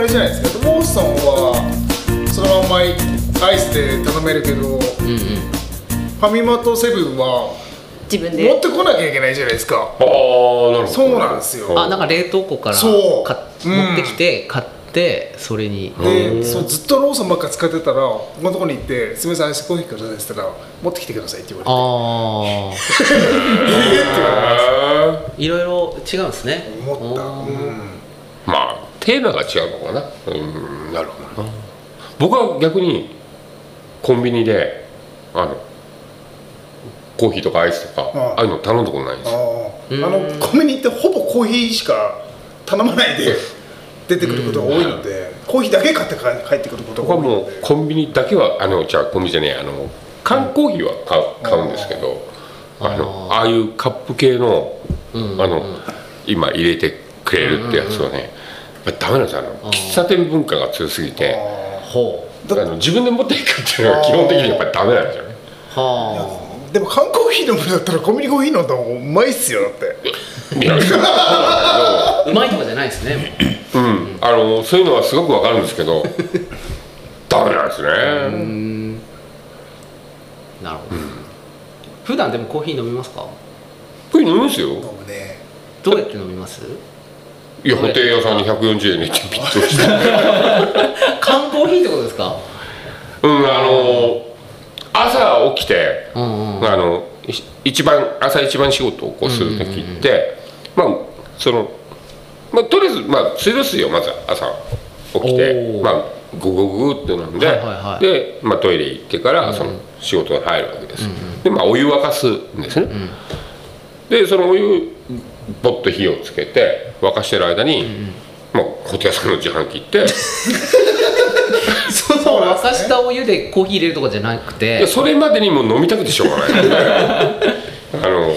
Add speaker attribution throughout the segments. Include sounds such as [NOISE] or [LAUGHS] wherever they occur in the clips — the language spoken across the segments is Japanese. Speaker 1: れじゃないですかモーソンはそのまんまアイスで頼めるけど、ファミマとセブンは
Speaker 2: 自分
Speaker 1: 持っ
Speaker 2: で
Speaker 1: てこなきゃいけないじゃないですか
Speaker 3: ああなるほど
Speaker 1: そうなんですよ
Speaker 4: あなんか冷凍庫から
Speaker 1: そう
Speaker 4: 買っ
Speaker 1: うん
Speaker 4: 持ってきて買ってそれに
Speaker 1: でそうずっとローソンばっか使ってたらこのとこに行って「すみませんアイスコーヒーください」って言ったら「持ってきてください」って言わ
Speaker 4: ああ
Speaker 1: れて「ええー!」って言われて
Speaker 4: いろいろ違うんですね
Speaker 1: 思った、
Speaker 4: お
Speaker 1: う
Speaker 4: ー
Speaker 1: ん、
Speaker 3: まあテーマが違うのかなうんなるほどな僕は逆にコンビニであのコーヒーとかアイスとか
Speaker 1: ああ
Speaker 3: ああいうの頼んだことないんですよ
Speaker 1: あーあのコンビニってほぼコーヒーしか頼まないで出てくることが多いのでコーヒーだけ買って帰ってくること
Speaker 3: 僕
Speaker 1: が
Speaker 3: は
Speaker 1: 多い
Speaker 3: も
Speaker 1: の
Speaker 3: う
Speaker 1: で
Speaker 3: コンビニだけはあのじゃあコンビニじゃねえあの缶コーヒーは買う買うんですけどあのああいうカップ系のあ
Speaker 4: ん
Speaker 3: の今入れてくれるってやつはねやっぱダメなんですよあの喫茶店文化が強すぎて
Speaker 4: ほう
Speaker 3: あの自分で持っていくっていうのが基本的にやっぱりダメなんですよね
Speaker 4: は
Speaker 1: でも缶コーヒー飲むんだったらコンビニコーヒー飲んだ方がうまいっすよだって
Speaker 3: いやそうなんだ
Speaker 4: あうまいとかじゃないですね
Speaker 3: けどうんあのそういうのはすごくわかるんですけどダメなんですね
Speaker 4: なるほど、普段でもコーヒー飲みますか
Speaker 3: これ飲みますよ
Speaker 1: 飲むね
Speaker 4: どうやって飲みます
Speaker 3: いやホテル屋さんに140円で行ってびっくりした
Speaker 4: 缶コーヒーってことですか
Speaker 3: うん、あの朝起きて、
Speaker 4: うんうん
Speaker 3: あのい一番朝一番仕事をこうする時って、まあその、まあ、とりあえず、まあ、水道水をまず朝起きて
Speaker 4: おー
Speaker 3: まあググググって飲んで、
Speaker 4: はいはいはい
Speaker 3: で、まあ、トイレ行ってからその仕事に入るわけです、で、まあ、お湯沸かすんですね、でそのお湯ポッと火をつけて沸かしてる間に、まあ、ホテル屋さんの自販
Speaker 4: [LAUGHS]
Speaker 3: 機行って
Speaker 4: そうそう沸かしたお湯でコーヒー入れるとかじゃなく
Speaker 3: いや
Speaker 4: て
Speaker 3: それまでにもう飲みたくてしょうが
Speaker 4: [LAUGHS]
Speaker 3: ないあの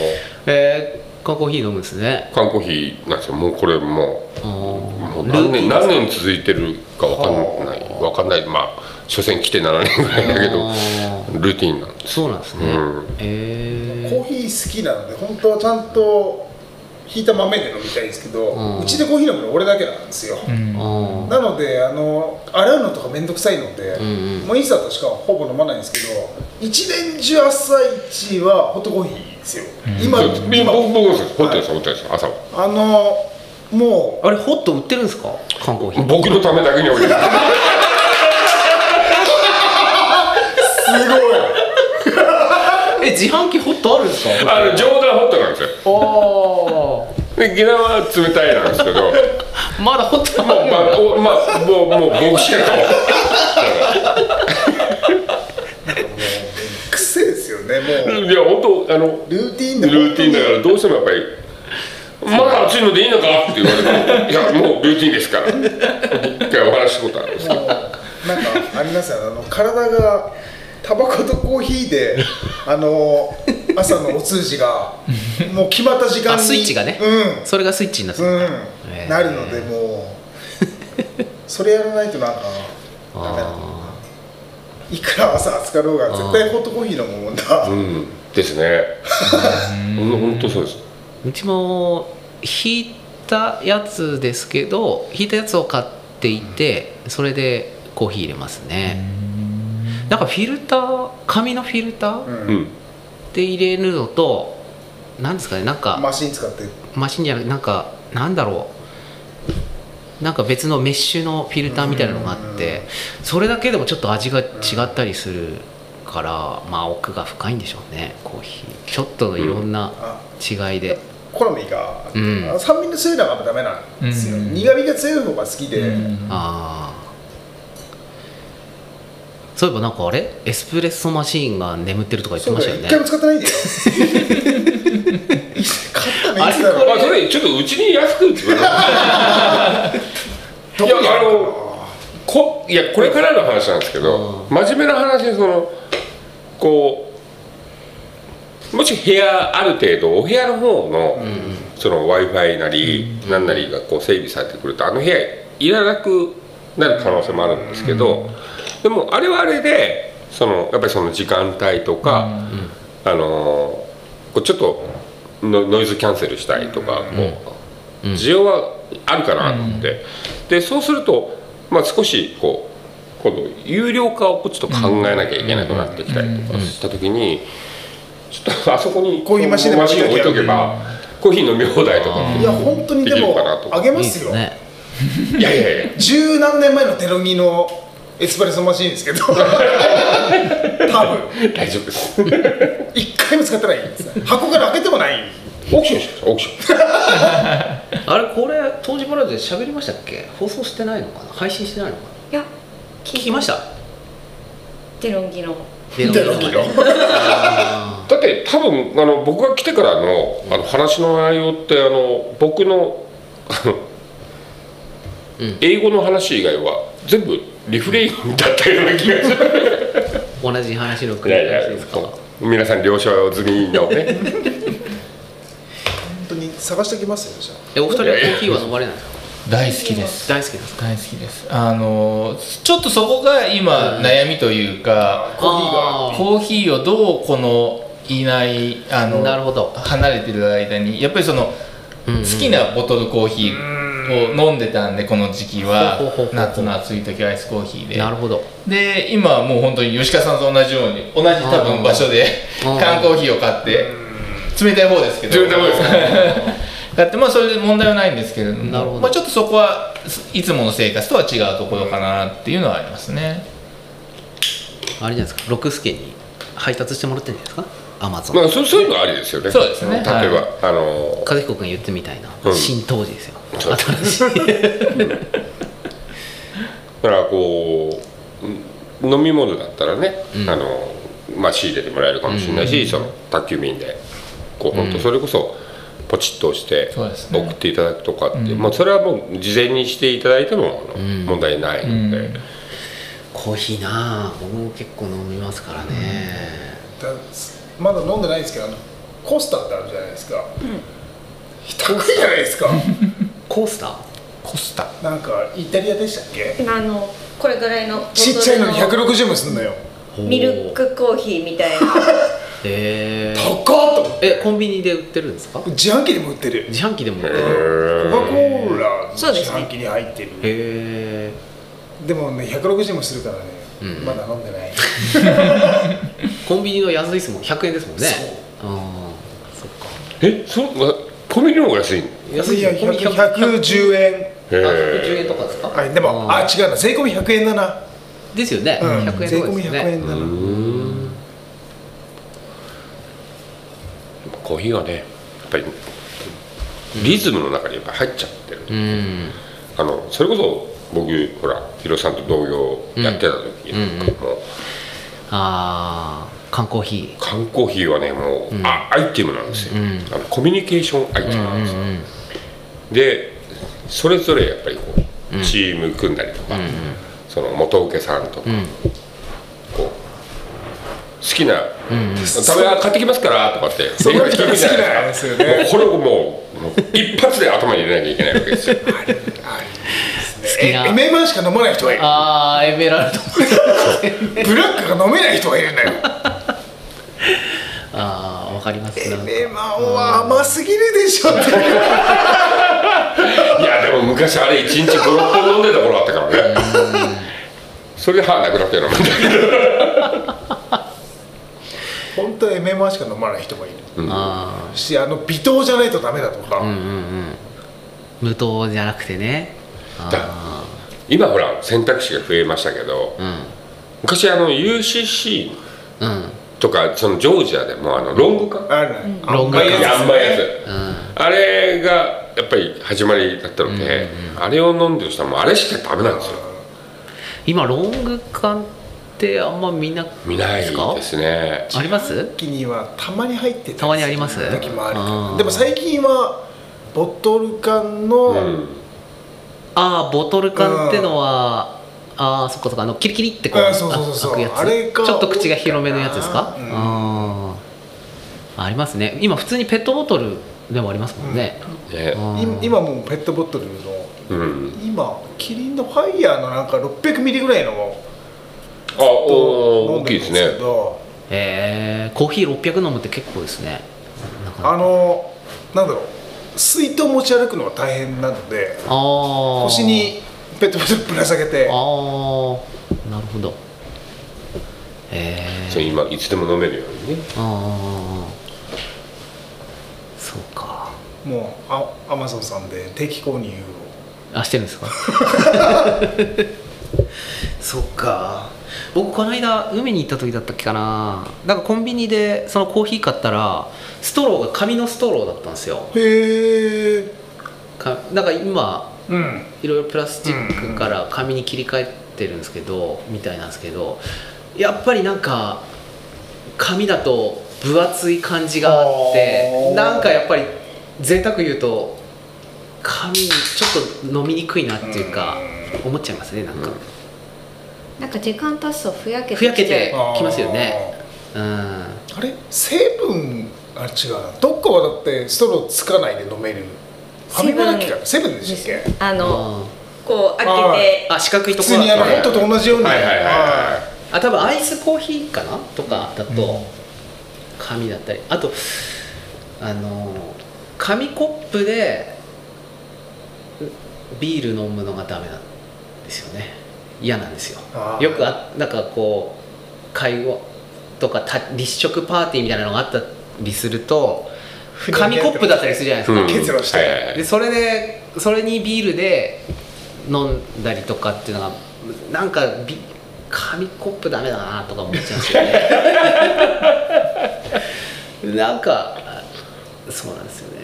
Speaker 4: えー缶コーヒー飲むんですね
Speaker 3: 缶コーヒーなんですよもうこれも
Speaker 4: あー
Speaker 3: うもう何年何年続いてるか分かんない分かんないまあ所詮来て7年ぐらいだけ
Speaker 4: あ
Speaker 3: どルーティンなんです
Speaker 4: そうなんですね、
Speaker 3: うん
Speaker 4: え
Speaker 1: コーヒー好きなので本当はちゃんとひいた豆で飲みたいんですけど、
Speaker 4: う
Speaker 1: うんちでコーヒー飲むの俺だけなんですよ、
Speaker 4: ー、あ
Speaker 1: なのであの洗うのとか面倒くさいので、
Speaker 4: ん
Speaker 1: もうインスタントしかほぼ飲まないんですけど一年中朝一はホットコーヒーですよ、今
Speaker 3: そう
Speaker 1: 今
Speaker 3: 僕僕ですホテルですホテルです朝は
Speaker 1: あのも
Speaker 4: ーあれホット売ってるんですか缶コーヒー
Speaker 3: 僕のためだけに [LAUGHS] 置いてる
Speaker 1: うすごい
Speaker 3: [LAUGHS]
Speaker 4: え自販機ホットあるんですか
Speaker 3: あの冗談ホットなんですよ
Speaker 4: あ
Speaker 3: でギナは冷たいなんですけ [LAUGHS] ども
Speaker 4: あ
Speaker 3: う
Speaker 4: まだホットあるん
Speaker 3: まあ
Speaker 4: だ
Speaker 3: おまあもうもう僕しか買わない
Speaker 1: 癖ですよねもう
Speaker 3: いや本当あの
Speaker 1: ルーティーンで
Speaker 3: ルーティンだからどうしてもやっぱり「まだ暑いのでいいのか?」って言われて「いやもうルーティンですから」一回お話ししたことあるんですけど
Speaker 1: もうなんかありますよねあの体がタバコとコーヒーで
Speaker 4: [LAUGHS]
Speaker 1: あの朝のお通じがもう決まった時間
Speaker 4: あ
Speaker 1: に
Speaker 4: スイッチがね、
Speaker 1: うん
Speaker 4: それがスイッチになって
Speaker 1: うん、
Speaker 4: えー
Speaker 1: なるのでもうそれやらないとなんかダメだ
Speaker 4: あ
Speaker 1: いくら朝暑かろうが絶対ホットコーヒー飲むもんだ、
Speaker 3: うんですね本当そうです
Speaker 4: うちも引いたやつですけど引いたやつを買っていてそれでコーヒー入れますねなんかフィルター紙のフィルタ
Speaker 1: う
Speaker 4: ー
Speaker 1: ん
Speaker 3: うん
Speaker 4: で入れるのとなんですかねなんか
Speaker 1: マシン使って
Speaker 4: マシンじゃなくなんかなんだろうなんか別のメッシュのフィルターみたいなのがあってそれだけでもちょっと味が違ったりするからまあ奥が深いんでしょうねコーヒーちょっとのいろんな
Speaker 1: あ
Speaker 4: 違いで。
Speaker 1: 好みが、
Speaker 4: うん
Speaker 1: 酸味の強いのがダメなんですよ、
Speaker 5: うん
Speaker 1: 苦味が強い方が好きで、
Speaker 4: ああそういえばなんかあれエスプレッソマシーンが眠ってるとか言って
Speaker 1: そう
Speaker 4: まし
Speaker 1: だ
Speaker 4: た
Speaker 1: よ
Speaker 4: よ
Speaker 1: 一回も
Speaker 4: ね
Speaker 1: 使ってないんだよ
Speaker 4: [LAUGHS]
Speaker 1: 買ったのいつだろ
Speaker 4: あれ
Speaker 3: ま
Speaker 1: う
Speaker 3: あそれちょっとうちに安く売ってくれない
Speaker 1: ど
Speaker 3: い
Speaker 1: こ
Speaker 3: や
Speaker 1: にあ
Speaker 3: あ
Speaker 1: るかな
Speaker 3: のこいやこれからの話なんですけど真面目な話そのこうもし部屋ある程度お部屋の方の、その w i f i なり何なりがこう整備されてくるとあの部屋いらなくなる可能性もあるんですけど、でもあれはあれでそのやっぱりその時間帯とか、あのーこうちょっとノノイズキャンセルしたいとかこう需要はあるかなと思って、でそうするとまあ、少しこう今度有料化をこうちょっと考えなきゃいけなくなってきたりとかした時にちょっとあそこに
Speaker 1: コーヒーマシンで
Speaker 3: マシン置いとけばコーヒー飲み放題とか
Speaker 1: いや本当にで
Speaker 3: でき
Speaker 1: も
Speaker 3: るかなと
Speaker 1: あげま
Speaker 4: いいですす
Speaker 1: よ
Speaker 4: ね
Speaker 3: いやいやいや
Speaker 1: 十何年前のテロギのエスプレッソマシーンです
Speaker 4: [LAUGHS]
Speaker 1: けど多分
Speaker 3: 大丈
Speaker 1: [LAUGHS]
Speaker 3: 夫ですオー
Speaker 1: 一回も使ってないです箱から開けてもない
Speaker 3: クションしましょうオークション
Speaker 4: あれこれ当時バラで喋りましたっけ放送してないのかな配信してないのかない
Speaker 2: や
Speaker 4: 聞きました
Speaker 2: テロンギの
Speaker 4: デ
Speaker 1: テロギの
Speaker 4: あ
Speaker 3: [LAUGHS] だって多分あの僕が来てからのあの話の内容ってあの僕のあの
Speaker 4: うん
Speaker 3: [LAUGHS] 英語の話以外は全部リフレインだったような気がする
Speaker 4: ー同じ話の繰
Speaker 3: い
Speaker 4: り
Speaker 3: や
Speaker 4: 返
Speaker 3: い
Speaker 4: し
Speaker 3: や
Speaker 4: ですか
Speaker 3: 皆さん了承済みのね
Speaker 5: [LAUGHS]
Speaker 1: 本当に探してきますよじゃあ
Speaker 4: えお二人はコーヒーは飲まれないんですか
Speaker 5: 大好きです
Speaker 4: 大好きなんですか
Speaker 5: 大好きですあのちょっとそこが今悩みというか、
Speaker 1: コーヒーが
Speaker 4: あー
Speaker 5: コーヒーをどうこのいないあの
Speaker 4: なるほど
Speaker 5: 離れてる間にやっぱりその、
Speaker 4: うんうん
Speaker 5: 好きなボトルコーヒーを飲んでたんでこの時期は
Speaker 4: ほうほうほうほう
Speaker 5: 夏の暑い時はアイスコーヒーで
Speaker 4: なるほど
Speaker 5: で今はもう本当に吉川さんと同じように同じ多
Speaker 4: う
Speaker 5: 分
Speaker 4: ん
Speaker 5: 場所で
Speaker 4: うん
Speaker 5: 缶コーヒーを買って冷たい方ですけど
Speaker 3: 冷たい方です
Speaker 5: 買ってまあそれで問題はないんですけれども
Speaker 4: なるほど
Speaker 5: まあ、ちょっとそこはいつもの生活とは違うところかなっていうのはありますね、
Speaker 4: あれじゃないですか六助に配達してもらってんじゃないですかアマゾン
Speaker 3: まあ、そうそういうのありですよね。
Speaker 5: そうですね
Speaker 3: 例えば、
Speaker 5: は
Speaker 3: あの
Speaker 4: 和彦君が言ってみたいな、
Speaker 3: うん
Speaker 4: 新当時ですよ
Speaker 3: そう
Speaker 4: 新しい
Speaker 3: だからこう飲み物だったらね、
Speaker 4: うん
Speaker 3: あのまあ仕入れてもらえるかもしれないし、その宅急便でこう本当それこそポチッと押して
Speaker 5: そうですね
Speaker 3: 送っていただくとかって、
Speaker 5: うん
Speaker 3: まあそれはもう事前にしていただいてもあの
Speaker 4: うん
Speaker 3: 問題ないので、
Speaker 5: うん
Speaker 4: コーヒーなあ僕も結構飲みますからね、
Speaker 1: だまだ飲んでないですけどあのコスターってあるじゃないですか、高いじゃないですか
Speaker 4: コースター
Speaker 5: コスタ
Speaker 1: なんかイタリアでしたっけ
Speaker 2: あのこれぐらいのボトル
Speaker 1: ちっちゃいのに160もすんのよ
Speaker 2: ミルクコーヒーみたいな
Speaker 4: へえ
Speaker 1: 高っと思って
Speaker 4: えコンビニで売ってるんですか
Speaker 1: 自販機でも売ってる
Speaker 4: 自販機でも売って
Speaker 1: コカ・コ
Speaker 4: る
Speaker 1: ーラの自
Speaker 2: そうですね
Speaker 1: 販機に入ってるで,、
Speaker 4: へえ
Speaker 1: もね160もするからね、
Speaker 4: うん
Speaker 1: まだ飲んでない
Speaker 4: コンビニの安いですもん100円ですもんね
Speaker 1: そう
Speaker 4: ああそっか
Speaker 3: えそあコンビニの方が安いの
Speaker 1: 安いや
Speaker 4: コンビニ100
Speaker 1: 110円
Speaker 3: へ
Speaker 4: あ
Speaker 3: ー
Speaker 4: 110円とかですか
Speaker 1: はいでもあ
Speaker 4: ー
Speaker 1: 違うな税込み100円だな、
Speaker 4: ですよね、
Speaker 1: うん、
Speaker 4: 100円
Speaker 1: 税
Speaker 4: とか
Speaker 1: 込
Speaker 4: で
Speaker 1: み
Speaker 4: すよ
Speaker 1: 100
Speaker 4: ね
Speaker 1: 円だな、
Speaker 3: コーヒーはねやっぱりリズムの中にやっぱ入っちゃってる、
Speaker 4: うん
Speaker 3: あのそれこそ僕ほらヒロさんと同業やってた時なんかもう
Speaker 4: ああ缶コーヒ
Speaker 3: 缶コーヒーはねもう、
Speaker 4: うん
Speaker 3: あアイテムなんですよ、
Speaker 4: うん
Speaker 3: あのコミュニケーションアイ
Speaker 4: ー
Speaker 3: テムなんですよ、
Speaker 4: ん
Speaker 3: でそれぞれやっぱりこう、
Speaker 4: うん
Speaker 3: チーム組んだりとか、
Speaker 4: うんうん
Speaker 3: その元請けさんとか、
Speaker 4: うん
Speaker 3: こう好きな
Speaker 4: うんうん
Speaker 3: 食べ買ってきますからとかって
Speaker 1: その人
Speaker 3: 電
Speaker 1: が好き
Speaker 3: 話聞くじゃ
Speaker 1: なん
Speaker 3: い
Speaker 1: で
Speaker 3: です
Speaker 1: よ
Speaker 3: かも
Speaker 1: ね
Speaker 3: うこれをもうもう一発で頭に入れなきゃいけないわけですよ
Speaker 4: 好きな
Speaker 1: え MM しか飲まない人がいる
Speaker 4: ああエメラルド [LAUGHS]
Speaker 1: ブラックが飲めない人がいるんだよ
Speaker 4: [LAUGHS] ああわかりますなんか
Speaker 1: MM は甘すぎるでしょって
Speaker 3: いやでも昔あれ1日56本飲んでた頃あったからねそれで歯なくなったようなもんだけど
Speaker 1: 本当は MM しか飲まない人がいる
Speaker 4: あ
Speaker 1: しあの微糖じゃないとダメだとか、
Speaker 4: あうんうんうん無糖じゃなくてねあ
Speaker 3: 今ほら選択肢が増えましたけど
Speaker 4: あうん
Speaker 3: 昔あの UCC
Speaker 4: うん
Speaker 3: とかそのジョージアでもあのロング缶
Speaker 1: あるね、
Speaker 4: ロング缶
Speaker 1: 甘いやつ
Speaker 3: やんばいやつ、
Speaker 4: うん
Speaker 3: あれがやっぱり始まりだったので、あれを飲んでる人はもうあれしかダメなんですよ
Speaker 4: 今ロング缶ってあんま見なく
Speaker 3: 見ない
Speaker 4: ですか
Speaker 3: ですね
Speaker 4: あります
Speaker 1: 時にはたまに入ってたりする
Speaker 4: たまにあります
Speaker 1: 時もあるけ
Speaker 4: うん
Speaker 1: どでも最近はボトル缶の、
Speaker 3: うん
Speaker 4: ああボトル缶ってのはああそっかそっかあのキリキリってこう
Speaker 1: あそうそうそうそう
Speaker 4: あ開くやつ
Speaker 1: あれが
Speaker 4: ちょっと口が広めのやつですか
Speaker 1: 多いかな
Speaker 4: ああありますね今普通にペットボトルでもありますもんね、
Speaker 3: ね
Speaker 4: あ
Speaker 1: 今
Speaker 4: ー
Speaker 1: 今もうペットボトルの
Speaker 3: うん
Speaker 1: 今キリンのファイヤーのなんか600ミリぐらいの
Speaker 3: あお大きいですね
Speaker 1: 飲んるんけど
Speaker 4: えー、コーヒー600飲むって結構ですねなかなか
Speaker 1: あのなんだろう水筒持ち歩くのは大変なので
Speaker 4: あー
Speaker 1: 腰にペットボトルぶら下げて
Speaker 4: ああなるほどえ
Speaker 3: そう
Speaker 4: え
Speaker 3: 今いつでも飲めるようにね
Speaker 4: ああそうか
Speaker 1: もうあアマゾンさんで定期購入
Speaker 4: あしてるんですかそっか僕この間海に行った時だったっけかななんかコンビニでそのコーヒー買ったらストローが紙のストローだったんですよ
Speaker 1: をへえ
Speaker 4: かなんか今
Speaker 1: うん
Speaker 4: いろいろプラスチックから紙に切り替えてるんですけど、みたいなんですけどやっぱりなんか紙だと分厚い感じがあって
Speaker 1: あー
Speaker 4: なんかやっぱり贅沢言うと紙ちょっと飲みにくいなっていうか思っちゃいますねなんか、
Speaker 2: [LAUGHS] なんか時間経つとふやけて
Speaker 4: ふやけて
Speaker 1: あー
Speaker 4: きますよねうん
Speaker 1: あれ成分あれ違うなどっかはだってストローつかないで飲める歯
Speaker 2: 成分
Speaker 1: 磨きかセブンでしたっけ
Speaker 2: あの
Speaker 4: あ
Speaker 2: こう開けて
Speaker 4: ーあ四角い
Speaker 1: 普
Speaker 4: ところ
Speaker 1: 通にあの
Speaker 3: はい
Speaker 1: ホットと同じように
Speaker 3: はいはいはいは
Speaker 4: あ多分アイスコーヒーかなとかだと、
Speaker 1: うん
Speaker 4: 紙だったりあとあの紙コップでうビール飲むのがダメなんですよね嫌なんですよ
Speaker 1: あー
Speaker 4: よくあなんかこう会合とかた立食パーティーみたいなのがあったりすると
Speaker 1: ふにゃふに
Speaker 4: 紙
Speaker 1: ゃ
Speaker 4: コップだったりするじゃないですか、
Speaker 3: うん
Speaker 1: 結露して
Speaker 3: はいはいはい
Speaker 4: でそれでそれにビールで飲んだりとかっていうのがなんかビ紙コップダメだなとか思っちゃうんですよ
Speaker 3: [LAUGHS]
Speaker 4: ねなんかそうなんですよね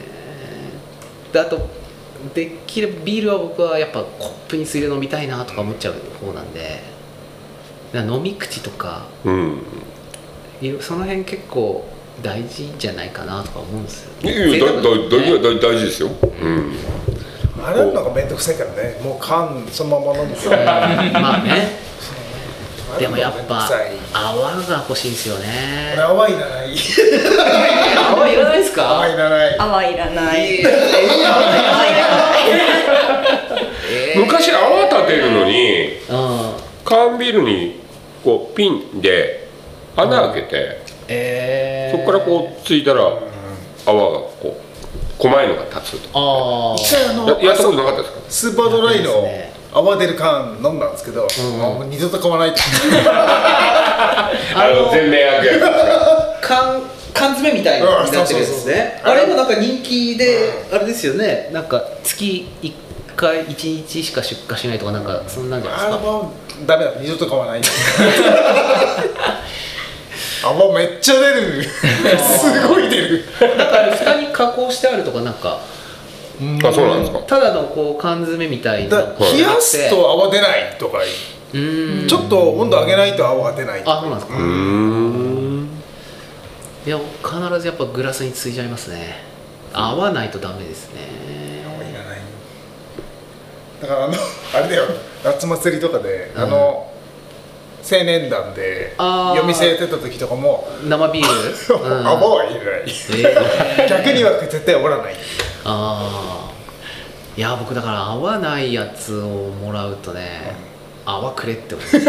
Speaker 4: であとできればビールは僕はやっぱコップにする飲みたいなとか思っちゃう方なんでだから飲み口とか
Speaker 3: うん
Speaker 4: いろその辺結構大事じゃないかなとか思うんですよ
Speaker 3: い
Speaker 4: ね
Speaker 3: やいやだだだ
Speaker 4: 贅沢ですね
Speaker 3: だ大事ですようん
Speaker 1: あれのがめんどくさいからねもう缶そのまま飲むから
Speaker 4: まあね
Speaker 1: あれ
Speaker 4: で
Speaker 1: の
Speaker 4: も
Speaker 1: が
Speaker 4: やっ
Speaker 1: めんどく
Speaker 4: ぱ
Speaker 1: さい
Speaker 4: 泡が欲しいんですよね
Speaker 1: 俺泡いらない
Speaker 4: 泡いらないですか
Speaker 1: 泡いらない
Speaker 2: 泡いらない
Speaker 3: 昔泡立てるのに
Speaker 4: うん
Speaker 3: 缶ビールにこうピンで穴開けて、
Speaker 4: え
Speaker 3: そこからこうついたら泡がこう細いのが立つと
Speaker 4: うあ
Speaker 1: 一回あの
Speaker 3: ややったことなかったですか
Speaker 1: スーパードライの
Speaker 4: やってますね
Speaker 1: 泡出る缶飲んだんですけど、あもう二度と買わないって
Speaker 4: ああの
Speaker 3: 全面開ける
Speaker 4: あ缶缶詰みたいになってるん
Speaker 1: うんそう
Speaker 4: ですね
Speaker 1: そうそう
Speaker 4: あれもなんか人気であれですよねなんか月1回1日しか出荷しないとかなんかそんなんじゃない
Speaker 1: あれ
Speaker 4: ですか
Speaker 1: はダメだ二度と買わない泡めっちゃ出るすごい出る
Speaker 4: なんかあれ蓋に加工してあるとかなん [LAUGHS] か
Speaker 3: あそうなんですか
Speaker 4: ただのこう缶詰みたいな
Speaker 1: だ冷やすと泡出ないとか
Speaker 4: うーん
Speaker 1: ちょっと温度上げないと泡が出ない
Speaker 4: あそうなんですか
Speaker 3: うーん
Speaker 4: いや必ずやっぱグラスについちゃいますね合わないとダメですね
Speaker 1: いらないだからあのあれだよ夏祭りとかで、あの青年団で
Speaker 4: あー
Speaker 1: 夜店やってた時とかも
Speaker 4: 生ビール、
Speaker 1: [LAUGHS]
Speaker 4: うん、
Speaker 1: 泡はいらない
Speaker 4: えー
Speaker 1: 逆には絶対おらない
Speaker 4: あーいや僕だから合わないやつをもらうとね泡くれって思う
Speaker 3: い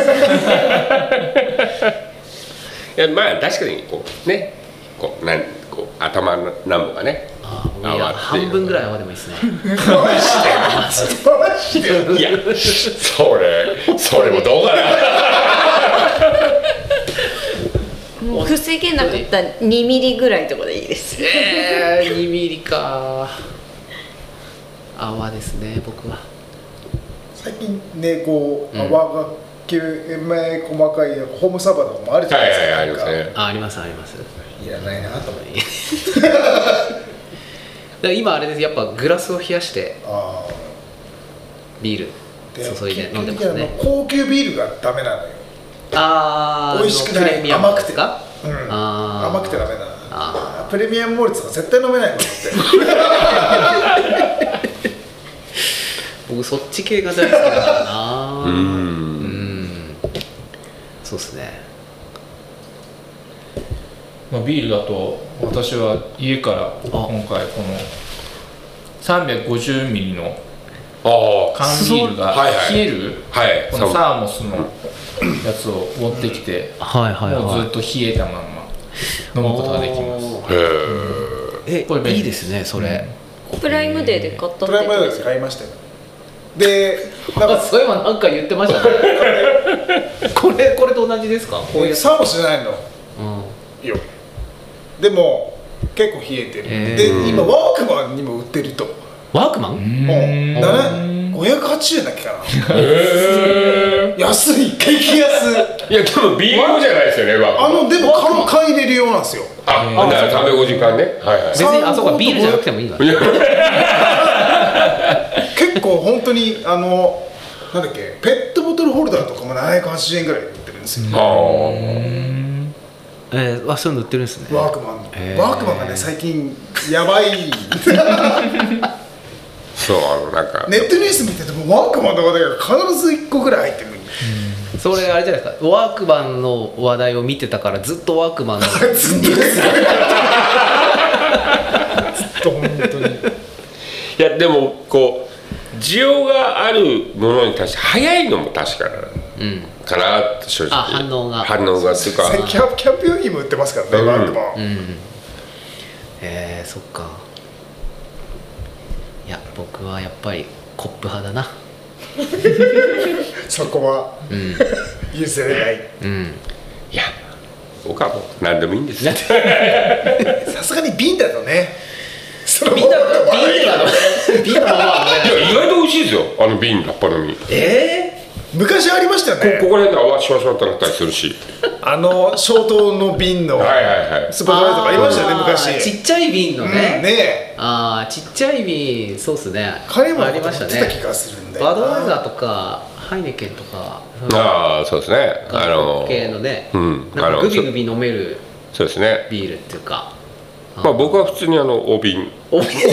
Speaker 3: やまあ確かにこうねこうなんこう頭のなんぼがね
Speaker 4: あー僕いや
Speaker 3: 泡っていう
Speaker 4: 半分ぐらい泡でもいいですね
Speaker 1: マジで
Speaker 3: いやそれそれもどう
Speaker 4: [LAUGHS]
Speaker 3: かな
Speaker 2: もう防げなかった2ミリぐらいとかでいいです
Speaker 4: えー、2ミリか泡ですね僕は
Speaker 1: 最近ねこう
Speaker 4: うん
Speaker 1: 泡がきれい細かいホームサーバーとかもあるじゃ
Speaker 3: は
Speaker 1: ないい
Speaker 3: はいはいあり
Speaker 1: ですか
Speaker 3: ます
Speaker 1: なん
Speaker 3: ね
Speaker 4: あありますあります
Speaker 1: かいらないなと思って
Speaker 4: だから今あれですやっぱグラスを冷やして
Speaker 1: あ
Speaker 4: ビー
Speaker 1: ー
Speaker 4: ル注いで飲んで
Speaker 1: 結
Speaker 4: ます
Speaker 1: 局
Speaker 4: ね
Speaker 1: あの高級ビールがダメなのよ
Speaker 4: あー
Speaker 1: 美味しくない
Speaker 4: あのプレミアム
Speaker 1: 甘くて
Speaker 4: ですか
Speaker 1: うん
Speaker 4: あー
Speaker 1: 甘くてダメだ
Speaker 4: あ
Speaker 1: なプレミアムモルツとか絶対飲め
Speaker 4: [LAUGHS]
Speaker 1: ないもんだって
Speaker 4: 僕そっち系が大好きだからな
Speaker 3: うー
Speaker 4: うんんそうっすね
Speaker 5: まあ、ビールだと私は家から今回この350ミリの
Speaker 3: ああ
Speaker 5: 缶ビールが
Speaker 3: はいはい
Speaker 5: 冷える
Speaker 3: はい
Speaker 5: このサーモスのやつを持ってきて
Speaker 4: はいはい
Speaker 5: もうず
Speaker 4: は
Speaker 5: っと冷えたまんま飲むことができます
Speaker 3: へえ
Speaker 4: い
Speaker 5: これ便利
Speaker 4: いいですねそれ、
Speaker 2: プライムデーで買ったっ
Speaker 1: プ
Speaker 2: て
Speaker 1: ライ
Speaker 2: こ
Speaker 1: ム
Speaker 2: とで
Speaker 1: デー
Speaker 2: す
Speaker 1: で
Speaker 2: か
Speaker 1: 買いましたよでなん
Speaker 4: あ
Speaker 1: か
Speaker 4: そういえばなんか言ってました
Speaker 1: [LAUGHS]
Speaker 4: ねこれこれと同じですかこういうやつ、
Speaker 1: さもしないの
Speaker 4: うん、
Speaker 1: よでも結構冷えてる、
Speaker 4: えー
Speaker 1: で今ワークマンにも売ってると、
Speaker 4: ワークマン
Speaker 1: うん、
Speaker 5: うん
Speaker 1: 7 580円だっけか
Speaker 3: え
Speaker 4: [LAUGHS]
Speaker 1: な安い激安
Speaker 3: ーいやでも B 用じゃないですよねワーク
Speaker 1: あのでもカロ買い入れるようなんですよ
Speaker 3: ああだから350巻ねはいはい
Speaker 4: 別にあそうかビールじゃなくてもいいわ
Speaker 3: いや
Speaker 1: 結構本当にあのなんだっけペットボトルホルダーとかも780円ぐらいで売ってるんですよ、
Speaker 3: あー
Speaker 4: えー、あそういうの売ってるんですね
Speaker 1: ワークマンの、
Speaker 4: えー
Speaker 1: ワークマンがね最近やばい
Speaker 3: そうあのなんか
Speaker 1: ネットニュース見ててもワークマンの話題が必ず1個ぐらい入ってるのに
Speaker 4: それあれじゃないですかワークマンの話題を見てたからずっとワークマンの
Speaker 1: ずっとですよずっと本当に
Speaker 3: いやでもこう需要があるものに対して早いのも確かな
Speaker 4: うん
Speaker 3: かなって正直
Speaker 4: あ反応が
Speaker 3: 反応がっていうか
Speaker 1: 最近 [LAUGHS] キャンキャンプ用品も売ってますからね、
Speaker 3: うん
Speaker 1: ワークマン、
Speaker 4: うんえー、そっかいや僕はやっぱりコップ派だな
Speaker 1: そこは
Speaker 4: うん
Speaker 1: 譲れない
Speaker 4: うん
Speaker 3: いや僕はもう何でもいいんですよ
Speaker 1: さすがに瓶だとねその
Speaker 4: 瓶だと瓶でだろ瓶のままは飲めない
Speaker 3: いや意外と美味しいですよあの瓶ラッパの実こ
Speaker 4: え
Speaker 1: 昔ありましたよ
Speaker 3: こ
Speaker 1: ね
Speaker 3: こら辺で泡シュワシュワってなったりするし
Speaker 1: あの消灯の瓶の
Speaker 3: はいはいはい
Speaker 1: ス
Speaker 4: ー、
Speaker 1: ポットライトがありましたよね昔
Speaker 4: あーちっちゃい瓶の
Speaker 1: うん
Speaker 4: ね、
Speaker 1: ね
Speaker 4: ああちっちゃい瓶そうっすね
Speaker 1: 彼も
Speaker 4: ありました
Speaker 1: 持ってた
Speaker 4: ね
Speaker 1: 気がするんだよな
Speaker 4: バドワイザーとかハイネケンとか
Speaker 3: ああそうですねあ
Speaker 4: 韓
Speaker 3: の
Speaker 4: 国系のね、
Speaker 3: うん
Speaker 4: なん
Speaker 3: あ
Speaker 4: か
Speaker 3: の
Speaker 4: グビグビ飲める
Speaker 3: そうですね
Speaker 4: ビールっていうか
Speaker 3: まあ僕は普通にあの大瓶
Speaker 4: おめでとう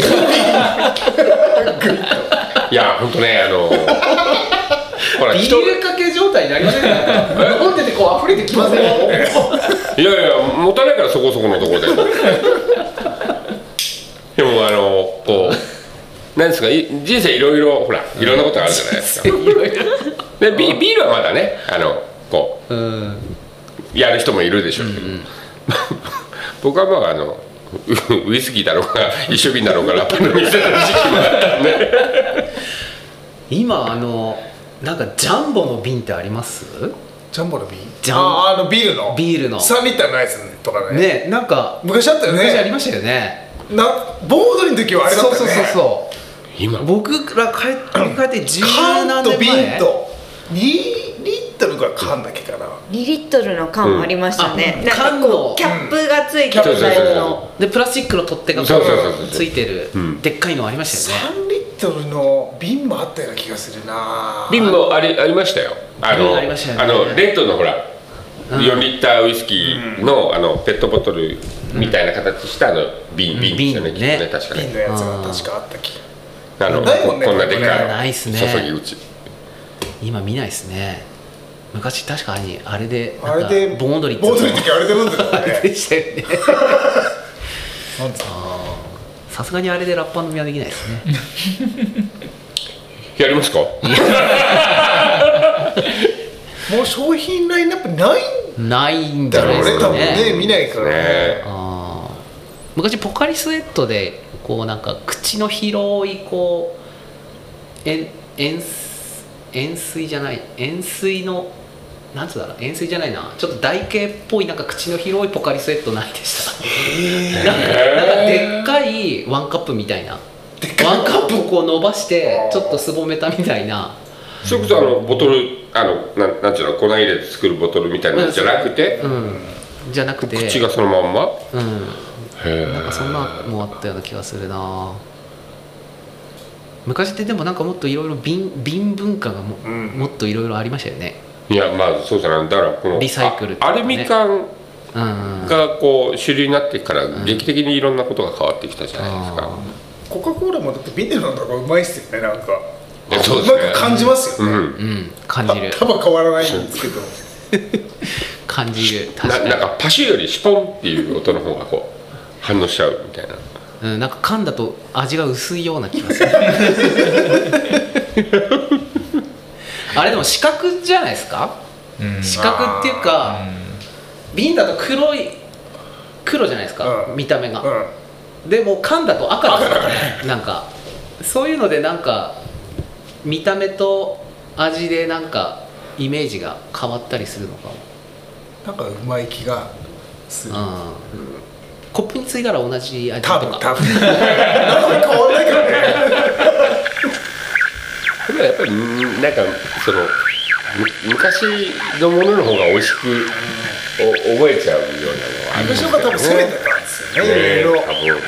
Speaker 3: いや本当ねあ
Speaker 4: [LAUGHS]
Speaker 3: のほら
Speaker 4: ビ
Speaker 3: 人
Speaker 4: ールかけ状態になりません
Speaker 1: [LAUGHS]
Speaker 4: か飲んでてこう溢れてきません [LAUGHS]
Speaker 3: いやいや持たないからそこそこのところで [LAUGHS] でもあのこうなんですかい人生いろいろほらいろんなことがあるじゃないですか
Speaker 4: いろいろ
Speaker 3: でビビールはまだねあのこ
Speaker 4: うん
Speaker 3: うやる人もいるでしょうけど、 [LAUGHS] 僕はまああのウウイスキーだろうが一緒瓶だろうがラッパの店の時期もあった
Speaker 4: [LAUGHS]
Speaker 3: んで
Speaker 4: 今あのなんかジャンボの瓶ってあります
Speaker 1: ジャンボの瓶
Speaker 4: ジャン
Speaker 1: あーあのビールの
Speaker 4: ビールの
Speaker 1: 3リッターのやつとかね
Speaker 4: ねなんか
Speaker 1: 昔あったよ
Speaker 4: 昔あり
Speaker 1: ね
Speaker 4: ましたよね
Speaker 1: な盆踊りの時はあれだったよ
Speaker 4: そう
Speaker 1: ね
Speaker 4: そうそうそ
Speaker 3: 今
Speaker 4: う僕ら帰って帰って十
Speaker 1: 缶
Speaker 4: 何
Speaker 1: と
Speaker 4: 年前
Speaker 1: 瓶と2リットルが缶だけかな
Speaker 2: 2リットルの缶ありましたね、
Speaker 4: うん
Speaker 2: なんか
Speaker 4: 缶
Speaker 2: こ
Speaker 4: の
Speaker 2: うキャップがついて
Speaker 1: キャッ
Speaker 2: る
Speaker 1: プ
Speaker 2: タイプ
Speaker 3: そうそうそう
Speaker 2: の
Speaker 4: でプラスチックの取っ手がこ
Speaker 3: そうそうそうそう
Speaker 4: うついてる
Speaker 3: うん
Speaker 4: でっかいのありましたよね
Speaker 1: 3リットルの瓶もあったような気がするな
Speaker 3: 瓶もありありましたよあ
Speaker 4: う
Speaker 3: の
Speaker 4: んありましたよね
Speaker 3: あのレッドのほら
Speaker 4: うん
Speaker 3: 4リッターウイスキーの,、あのペットボトルみたいな形したあの瓶、
Speaker 4: うん
Speaker 3: 瓶ですよね
Speaker 4: 瓶
Speaker 3: きっ
Speaker 4: ね
Speaker 3: とね確か
Speaker 1: 瓶
Speaker 3: に
Speaker 1: のやつが確かあった気
Speaker 3: あの
Speaker 1: ないもんね
Speaker 3: こんなでっかいの
Speaker 4: ないっすね
Speaker 3: 注ぎ口
Speaker 4: 今見ないですね昔確かにあれで
Speaker 1: あ
Speaker 4: なん
Speaker 1: れ
Speaker 4: か
Speaker 1: で
Speaker 4: 盆踊り
Speaker 1: 盆踊りの
Speaker 4: って
Speaker 1: 時あれで飲んでたもん
Speaker 4: あれ
Speaker 1: ね
Speaker 4: [LAUGHS] でしたよね
Speaker 1: [LAUGHS] なんつうの
Speaker 4: さすがにあれでラッパ飲みはできないですね
Speaker 3: やりますか
Speaker 1: もう商品ラインナップないん
Speaker 4: ないんじ
Speaker 1: だ
Speaker 4: ゃない
Speaker 1: ろう
Speaker 4: で
Speaker 1: ね多
Speaker 4: すか
Speaker 1: 分ね
Speaker 4: ね
Speaker 1: 見ないからね
Speaker 3: ね
Speaker 4: あー昔ポカリスエットでこうなんか口の広いこうえん塩水塩水じゃない塩水のなんつうんだろう塩水じゃないなちょっと台形っぽいなんか口の広いポカリスエットないでしたなんかなんかでっかいワンカップみたいなワンカップをこう伸ばしてちょっとすぼめたみたいな
Speaker 3: それこそあのボトルあのなんなんていうの粉入れて作るボトルみたいなのじゃなくて、
Speaker 4: うんじゃなくて
Speaker 3: 口がそのまんま
Speaker 4: うん
Speaker 3: へ
Speaker 4: なんかそんなのもあったような気がするな昔ってでもなんかもっといろいろ瓶瓶文化がも,、
Speaker 1: うん
Speaker 4: もっといろいろありましたよね
Speaker 3: えいやまあそうじゃないだからこの
Speaker 4: リサイクルと
Speaker 3: あ
Speaker 4: か
Speaker 3: ア
Speaker 4: ね
Speaker 3: ルミ缶
Speaker 4: うん
Speaker 3: がこう主流になってから劇的にいろんなことが変わってきたじゃないですか、
Speaker 4: あ
Speaker 1: コカ・コーラもだってビデオのとかうまいっすよねなんか
Speaker 3: いやそうですね
Speaker 1: なんか感じます
Speaker 3: う
Speaker 1: よね、
Speaker 3: ん
Speaker 4: うん感じる
Speaker 1: た多分変わらないんですけど
Speaker 4: 感じる確
Speaker 3: な
Speaker 4: かに
Speaker 3: なんかパシュよりシュポンっていう音の方がこう反応しちゃうみたいな
Speaker 4: うん、なんか噛んだと味が薄いような気がするあれでも四角じゃないですか
Speaker 5: うん
Speaker 4: 四角っていうか瓶だと黒い黒じゃないですか、
Speaker 1: うん
Speaker 4: 見た目が、
Speaker 1: うん
Speaker 4: でも噛んだ [LAUGHS] と赤だったねなんかそういうのでなんか見た目と味でなんかイメージが変わったりするのかも
Speaker 1: なんかうまい気がする
Speaker 4: うんコップについたら同じ味と
Speaker 1: 多分
Speaker 4: か
Speaker 1: 多分 [LAUGHS] なんか変わんないからね
Speaker 4: [LAUGHS]
Speaker 3: それはやっぱりんなんかそのむ昔のものの方が美味しくお覚えちゃうようなのはあるんで
Speaker 1: 昔
Speaker 3: す
Speaker 1: の
Speaker 3: よ
Speaker 1: 方
Speaker 3: ね
Speaker 1: も攻めてたんですよねいろいろ
Speaker 3: ね多分